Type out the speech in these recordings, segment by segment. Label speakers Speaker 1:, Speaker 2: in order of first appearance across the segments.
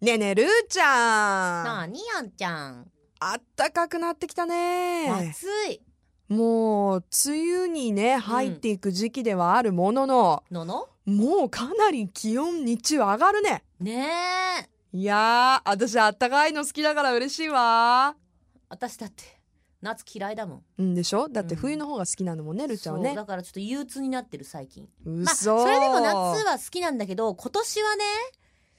Speaker 1: ねえねえるーち
Speaker 2: な
Speaker 1: ゃん
Speaker 2: あにあんちゃん
Speaker 1: あったかくなってきたね
Speaker 2: 暑い
Speaker 1: もう梅雨にね入っていく時期ではあるものの、
Speaker 2: のの
Speaker 1: もうかなり気温日中上がるね
Speaker 2: ねえ
Speaker 1: いやー私あったかいの好きだから嬉しいわ
Speaker 2: 私だって夏嫌いだもん
Speaker 1: うんでしょだって
Speaker 2: うん
Speaker 1: 冬の方が好きなのもんねるーちゃんは
Speaker 2: そう
Speaker 1: ね
Speaker 2: だからちょっと憂鬱になってる最近まあ
Speaker 1: 嘘、
Speaker 2: それでも夏は好きなんだけど今年はね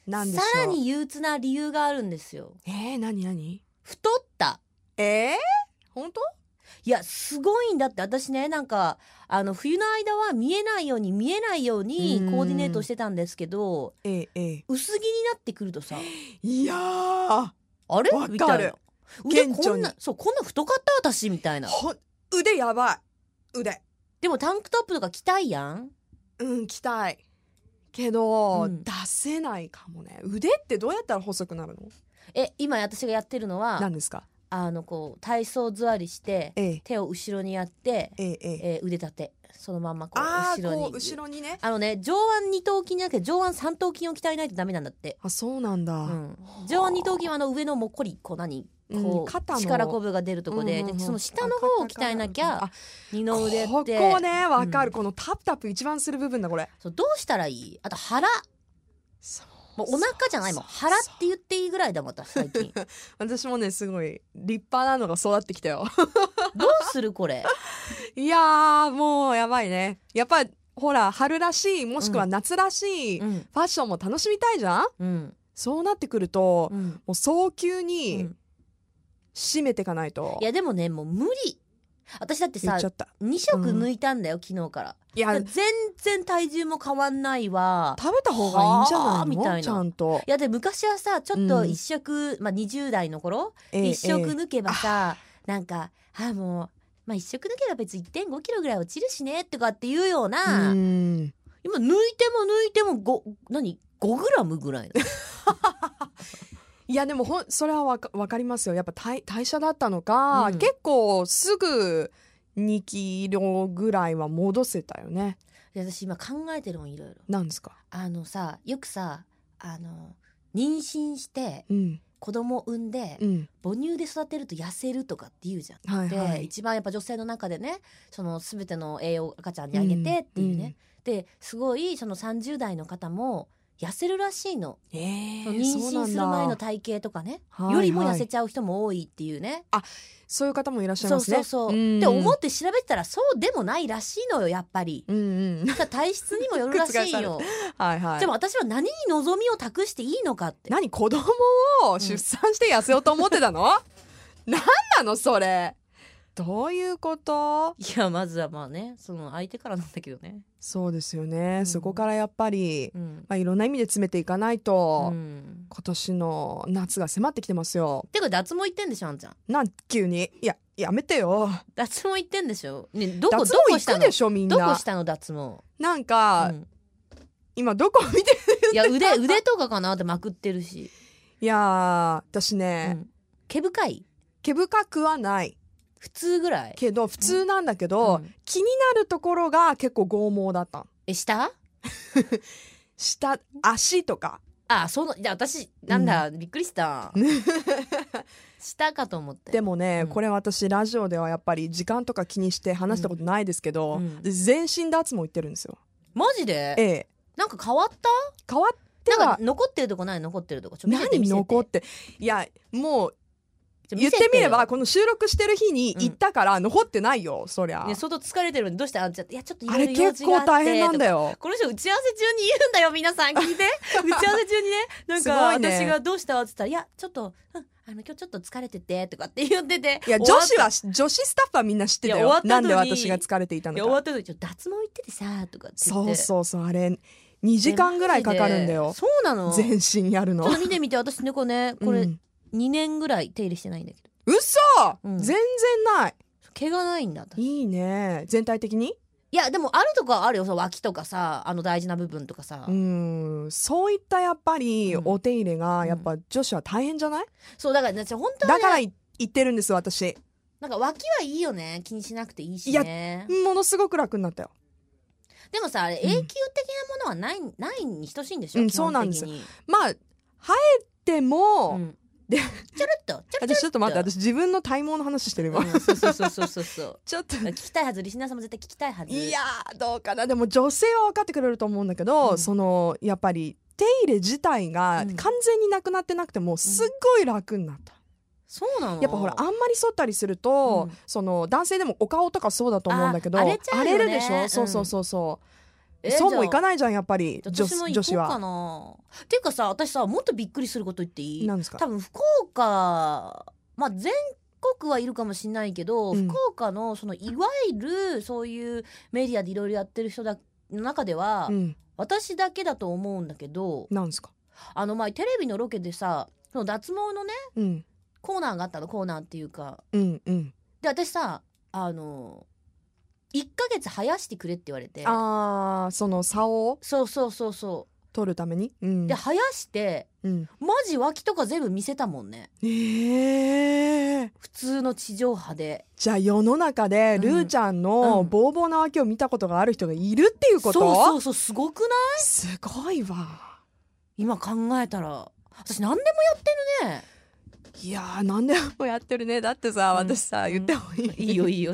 Speaker 1: なんでしょ
Speaker 2: さ
Speaker 1: う
Speaker 2: らに憂鬱な理由があるんですよ
Speaker 1: えー、なになに
Speaker 2: 太った
Speaker 1: えー、本当
Speaker 2: いやすごいんだって私ねなんかあの冬の間は見えないように見えないように
Speaker 1: うん
Speaker 2: コーディネートしてたんですけど
Speaker 1: えー、え
Speaker 2: 薄着になってくるとさ
Speaker 1: ー、いやー
Speaker 2: あれ
Speaker 1: わかる
Speaker 2: みたいな腕
Speaker 1: 顕
Speaker 2: こ
Speaker 1: 著
Speaker 2: ん
Speaker 1: に
Speaker 2: なそうこんな太かった私みたいな
Speaker 1: ほん腕やばい腕
Speaker 2: でもタンクトップとか着たいやん
Speaker 1: うん着たいけど、
Speaker 2: うん
Speaker 1: 出せないかもね腕ってどうやったら細くなるの
Speaker 2: え今私がやってるのは
Speaker 1: 何ですか
Speaker 2: あのこう体操座りして
Speaker 1: ええ
Speaker 2: 手を後ろにやって、
Speaker 1: ええええ
Speaker 2: えー腕立てそのまんまこう
Speaker 1: あ
Speaker 2: 後
Speaker 1: ー
Speaker 2: ろに
Speaker 1: こう後ろにね
Speaker 2: あのね上腕二頭筋じゃなくて上腕三頭筋を鍛えないとダメなんだって、
Speaker 1: あそうなんだ、
Speaker 2: うん、上腕二頭筋はあの上のもっこりこう何
Speaker 1: うん
Speaker 2: こう、
Speaker 1: 肩の
Speaker 2: 力こぶが出るとこで,、
Speaker 1: うんうんうん
Speaker 2: でその下の方を鍛えなきゃ
Speaker 1: あ
Speaker 2: 二の腕って
Speaker 1: ここねわかる、
Speaker 2: うん
Speaker 1: このタプタプ一番する部分だこれ
Speaker 2: そうどうしたらいいあと腹
Speaker 1: そう
Speaker 2: もうお腹じゃないもん
Speaker 1: そうそう
Speaker 2: 腹って言っていいぐらいだもん私最 近
Speaker 1: 私もねすごい立派なのが育ってきたよ
Speaker 2: どうするこれ
Speaker 1: いやーもうやばいねやっぱほら春らしいもしくは夏らしい、フ
Speaker 2: うん
Speaker 1: ァッションも楽しみたいじゃん
Speaker 2: うん
Speaker 1: そうなってくると、
Speaker 2: う
Speaker 1: も
Speaker 2: ん
Speaker 1: う早急
Speaker 2: う
Speaker 1: に
Speaker 2: ん
Speaker 1: 締めていかないと、
Speaker 2: いやでもねもう無理私だって
Speaker 1: 言
Speaker 2: さ
Speaker 1: っちゃった
Speaker 2: 2食抜いたんだよ、昨日から
Speaker 1: いや
Speaker 2: 全然体重も変わんないわ
Speaker 1: 食べた方がいいんじゃない
Speaker 2: は
Speaker 1: の
Speaker 2: あみたいな
Speaker 1: ちゃんと、
Speaker 2: いやで昔はさちょっと
Speaker 1: うん
Speaker 2: 一食、まあ20代の頃、
Speaker 1: ええ
Speaker 2: 一食
Speaker 1: え
Speaker 2: 抜けばさ、なんかああもうまあ一食抜けば別に1 5キロぐらい落ちるしねとかっていうよう
Speaker 1: え
Speaker 2: な、
Speaker 1: うん
Speaker 2: 今抜いても抜いてもご何5グラムぐらいの
Speaker 1: いやでもほんそれはわかわかりますよやっぱ代代謝だったのか、
Speaker 2: うん
Speaker 1: 結構すぐ2キロぐらいは戻せたよね
Speaker 2: で私今考えてるもんいろいろ
Speaker 1: なんですか
Speaker 2: あのさよくさあの妊娠して
Speaker 1: うん
Speaker 2: 子供産んで
Speaker 1: うん
Speaker 2: 母乳で育てると痩せるとかって言うじゃん
Speaker 1: はい
Speaker 2: で、
Speaker 1: はい
Speaker 2: 一番やっぱ女性の中でねその全ての栄養を赤ちゃんにあげてっていうね、、ですごいその30代の方も痩せるらしいの、
Speaker 1: うんうんええ
Speaker 2: その妊娠する前の
Speaker 1: そうなんだ
Speaker 2: 体型とかね、
Speaker 1: はい
Speaker 2: よりも痩
Speaker 1: は
Speaker 2: せ
Speaker 1: い
Speaker 2: ちゃう人も多いっていうね、
Speaker 1: そういう方もいらっしゃい
Speaker 2: そう
Speaker 1: ますね
Speaker 2: そうそう、
Speaker 1: ん
Speaker 2: って思って調べてたらそうでもないらしいのよやっぱり
Speaker 1: う。んうん
Speaker 2: だから体質にもよるらしい
Speaker 1: 覆
Speaker 2: よ。
Speaker 1: はいはい
Speaker 2: でも私は何に望みを託していいのかって。
Speaker 1: 何子供を出産して痩せようと思ってたの、 何なのそれどういうこと
Speaker 2: いやまずはまあねその相手からなんだけどね。
Speaker 1: そうですよね、
Speaker 2: うん
Speaker 1: そこからやっぱり、
Speaker 2: うん。
Speaker 1: まあ、いろんな意味で詰めていかないと、
Speaker 2: うん
Speaker 1: 今年の夏が迫ってきてますよ
Speaker 2: てか脱毛行ってんでしょあんちゃん。
Speaker 1: なん急にいややめてよ
Speaker 2: 脱毛行ってんでしょ。ねどこ
Speaker 1: 脱
Speaker 2: ど
Speaker 1: 毛
Speaker 2: こ
Speaker 1: 行
Speaker 2: した
Speaker 1: く
Speaker 2: の
Speaker 1: で。しょみん
Speaker 2: どこ
Speaker 1: な
Speaker 2: したの脱毛。
Speaker 1: なんか、
Speaker 2: うん
Speaker 1: 今どこ見てる
Speaker 2: い や腕腕とかかなってまくってるし。
Speaker 1: いやー私
Speaker 2: う
Speaker 1: ね、
Speaker 2: ん毛深い。
Speaker 1: 毛深くはない
Speaker 2: 普通ぐらい。
Speaker 1: けど普通なんだけど、
Speaker 2: うん
Speaker 1: 気になるところが結構剛毛だった
Speaker 2: え下？
Speaker 1: 下足とか
Speaker 2: あそのいや私なんだ、びっく りした。下かと思って。
Speaker 1: でもね、
Speaker 2: うん
Speaker 1: これ私ラジオではやっぱり時間とか気にして話したことないですけど、
Speaker 2: うん
Speaker 1: 全身脱毛言ってるんですよ。
Speaker 2: マジで。
Speaker 1: ええ、
Speaker 2: なんか変わった？
Speaker 1: 変わって
Speaker 2: なん
Speaker 1: は
Speaker 2: か残ってるとこない残ってるとこちょっと見せて見
Speaker 1: 何
Speaker 2: せて
Speaker 1: 残っていやもう
Speaker 2: ちょ
Speaker 1: 言
Speaker 2: 見
Speaker 1: っ
Speaker 2: せ
Speaker 1: てみれ
Speaker 2: よ
Speaker 1: ばこの収録してる日に行ったから残ってないよ、そりゃ、
Speaker 2: ね、相当疲れてるのにどうしてあんちゃんいやちょっといろ
Speaker 1: あれ
Speaker 2: いろ
Speaker 1: 結構大変なんだ
Speaker 2: よ
Speaker 1: よ。
Speaker 2: この人打ち合わせ中に言うんだよ皆さん聞い て打ち合わせ中にねなんか
Speaker 1: すごいね
Speaker 2: 私がどうしたって言ったら「いやちょっと、うん、あの今日ちょっと疲れてて」とかって言ってて
Speaker 1: いや
Speaker 2: 終わ
Speaker 1: 女
Speaker 2: っ
Speaker 1: 子は女子スタッフはみんな知ってた
Speaker 2: いや終わ
Speaker 1: よ
Speaker 2: ったの
Speaker 1: なん
Speaker 2: に
Speaker 1: で私が疲れていた
Speaker 2: いや
Speaker 1: の
Speaker 2: 終わ
Speaker 1: か
Speaker 2: った時ちょっと脱毛行っててさ」とかって言っ
Speaker 1: そ
Speaker 2: て
Speaker 1: うそうそうあれ2時間ぐらいかかるんだ
Speaker 2: マ
Speaker 1: よ
Speaker 2: ジでそうなの
Speaker 1: 全身やる
Speaker 2: ち
Speaker 1: の
Speaker 2: ょっと見てみて私ねこれねこ
Speaker 1: う
Speaker 2: れ
Speaker 1: ん
Speaker 2: 2年ぐらい手入れしてないんだけど
Speaker 1: 嘘、
Speaker 2: うん
Speaker 1: 全然ない
Speaker 2: 毛がないんだ私
Speaker 1: いいね全体的に
Speaker 2: いやでもあるとこはあるよそう脇とかさあの大事な部分とかさ、
Speaker 1: うんそういったやっぱり
Speaker 2: うん
Speaker 1: お手入れがやっぱ女子は大変じゃない、
Speaker 2: そうだからね私本当は
Speaker 1: だ
Speaker 2: ね
Speaker 1: からい言ってるんです私
Speaker 2: なんか脇はいいよね気にしなくていいし
Speaker 1: いや
Speaker 2: ね
Speaker 1: ものすごく楽になったよ
Speaker 2: でもさあれ
Speaker 1: うん
Speaker 2: 永久的なものはない、ないに等しいんでしょ、
Speaker 1: うん
Speaker 2: 基本的に
Speaker 1: そうなんですまあ生えても、
Speaker 2: うんちょろっとちょろっと
Speaker 1: 私ちょっと待って私自分の体毛の話してる 今、
Speaker 2: うんそうそうそうそうそ うそう
Speaker 1: ちょっと
Speaker 2: 聞きたいはずリスナーさんも絶対聞きたいはず
Speaker 1: いやーどうかなでも女性は分かってくれると思うんだけど、
Speaker 2: うん
Speaker 1: そのやっぱり手入れ自体が
Speaker 2: うん
Speaker 1: 完全になくなってなくてもすっごい楽になった、
Speaker 2: そうなの
Speaker 1: やっぱほらあんまり剃ったりすると、
Speaker 2: うん
Speaker 1: その男性でもお顔とかそうだと思うんだけど
Speaker 2: あ荒れちゃうよね
Speaker 1: るでしょ、
Speaker 2: うん
Speaker 1: そうそうそうそう
Speaker 2: え
Speaker 1: そうもい
Speaker 2: じゃ
Speaker 1: か
Speaker 2: あ
Speaker 1: ないじゃんやっぱり女
Speaker 2: 私も
Speaker 1: 女
Speaker 2: 行こ
Speaker 1: 子
Speaker 2: うか
Speaker 1: は
Speaker 2: なっていうかさ私さもっとびっくりすること言っていい
Speaker 1: なんですか
Speaker 2: 多分福岡まあ全国はいるかもしれないけど、
Speaker 1: うん
Speaker 2: 福岡のそのいわゆるそういうメディアでいろいろやってる人だの中では、
Speaker 1: うん
Speaker 2: 私だけだと思うんだけど
Speaker 1: なんですか
Speaker 2: あの前テレビのロケでさその脱毛のね
Speaker 1: うん
Speaker 2: コーナーがあったのコーナーっていうか
Speaker 1: うんうん
Speaker 2: で私さあの1ヶ月生やしてくれって言われて
Speaker 1: あーその差を
Speaker 2: そうそうそうそ
Speaker 1: 取るために、うん
Speaker 2: うで生やして
Speaker 1: うん、
Speaker 2: マジ脇とか全部見せたもんね
Speaker 1: えー、
Speaker 2: 普通の地上波で
Speaker 1: じゃあ世の中で
Speaker 2: うん
Speaker 1: ルーちゃん
Speaker 2: う
Speaker 1: の
Speaker 2: ん
Speaker 1: ボーボーな脇を見たことがある人がいるっていうこと、
Speaker 2: そうそうそうすごくない
Speaker 1: すごいわ
Speaker 2: 今考えたら私何でもやってるね
Speaker 1: いやー何でもやってるねだってさ、
Speaker 2: うん
Speaker 1: 私さ言ってもいい、
Speaker 2: いいよいいよ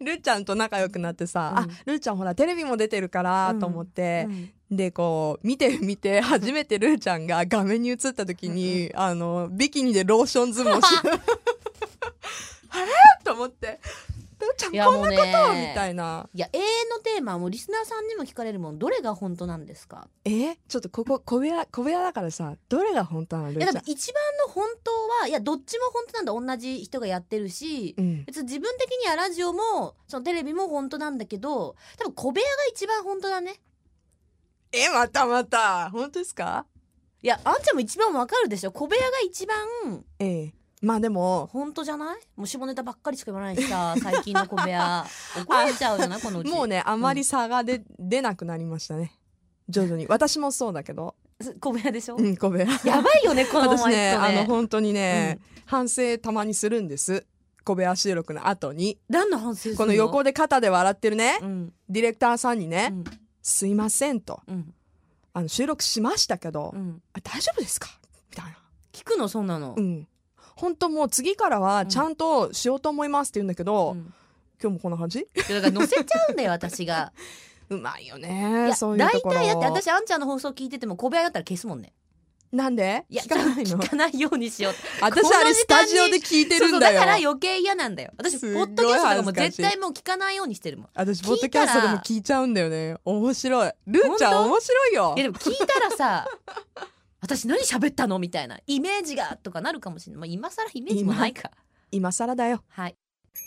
Speaker 2: 何、
Speaker 1: ルーちゃんと仲良くなってさ、
Speaker 2: うん
Speaker 1: あルーちゃんほらテレビも出てるからと思って、でこう見て見て初めてルーちゃんが画面に映った時に、あのビキニでローション相撲してあれ と思ってルーちゃん
Speaker 2: いや
Speaker 1: こん
Speaker 2: もう
Speaker 1: な
Speaker 2: ね
Speaker 1: ことみたいない
Speaker 2: や永遠のテーマはもうリスナーさんにも聞かれるもんどれが本当なんですか
Speaker 1: えちょっとここ小部屋小部屋だからさどれが本当なのル
Speaker 2: い
Speaker 1: ーち
Speaker 2: や
Speaker 1: ゃ
Speaker 2: 多
Speaker 1: ん
Speaker 2: 分一番の本当はいやどっちも本当なんだ同じ人がやってるし
Speaker 1: うん、
Speaker 2: 別に自分的にはラジオもそのテレビも本当なんだけど多分小部屋が一番本当だね
Speaker 1: えまたまた本当ですか
Speaker 2: いやあんちゃんも一番わかるでしょ小部屋が一番
Speaker 1: ええまあでも
Speaker 2: 本当じゃないもう下ネタばっかりしか言わないしさ最近の小 部屋怒られちゃうじゃないこのうち
Speaker 1: もうねあまり差が出,、出なくなりましたね徐々に私もそうだけど
Speaker 2: 小部屋でしょ、
Speaker 1: うん小部屋
Speaker 2: やばいよねこの
Speaker 1: 私
Speaker 2: マイク
Speaker 1: ねあの
Speaker 2: ね
Speaker 1: 本当にね、反省たまにするんです小部屋収録の後に
Speaker 2: 何の反省する
Speaker 1: この横で肩で笑ってるね、
Speaker 2: うん
Speaker 1: ディレクターさんに
Speaker 2: う
Speaker 1: ね「
Speaker 2: ん
Speaker 1: すいません」と
Speaker 2: うん
Speaker 1: 「あの収録しましたけど、
Speaker 2: うん
Speaker 1: あ大丈夫ですか?」みたいな
Speaker 2: 聞くのそんなの、
Speaker 1: うん本当もう次からはちゃんとしようと思いますって言うんだけど、
Speaker 2: うん
Speaker 1: 今日もこんな感 じ
Speaker 2: いやだから載せちゃうんだよ私が
Speaker 1: うまいよ
Speaker 2: い
Speaker 1: ね
Speaker 2: や
Speaker 1: そう
Speaker 2: 大
Speaker 1: いうところ
Speaker 2: 体だって私あんちゃんの放送聞いてても小部屋だったら消すもんね
Speaker 1: なんで
Speaker 2: いや
Speaker 1: 聞かないの
Speaker 2: 聞かないようにしようって
Speaker 1: 私あれスタジオで聞いてる
Speaker 2: そ
Speaker 1: ん
Speaker 2: うそ
Speaker 1: だ
Speaker 2: うだ
Speaker 1: よ
Speaker 2: から余計嫌なんだよ私ポ
Speaker 1: す
Speaker 2: ッ
Speaker 1: ごい
Speaker 2: ドキャストとかも
Speaker 1: 恥ずかしい
Speaker 2: 絶対もう聞かないようにしてるもん
Speaker 1: 私ポ
Speaker 2: 聞
Speaker 1: ッドキ
Speaker 2: いた
Speaker 1: ャ
Speaker 2: ら
Speaker 1: ストでも聞いちゃうんだよね面白いルーちゃん
Speaker 2: 本
Speaker 1: 面白いよ
Speaker 2: いやでも聞いたらさ 私何喋ったのみたいなイメージがとかなるかもしれない、まあ、今更イメージもないか
Speaker 1: 今更だよ
Speaker 2: はい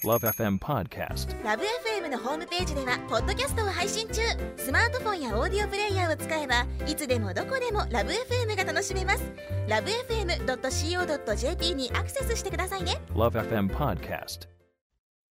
Speaker 3: Love FM Podcast.
Speaker 4: ラブ f m のホームページではポッドキャストを配信中スマートフォンやオーディオプレイヤーを使えばいつでもどこでもラブ f m が楽しめますラブ FM.co.jp にアクセスしてくださいね
Speaker 3: Love FM Podcast.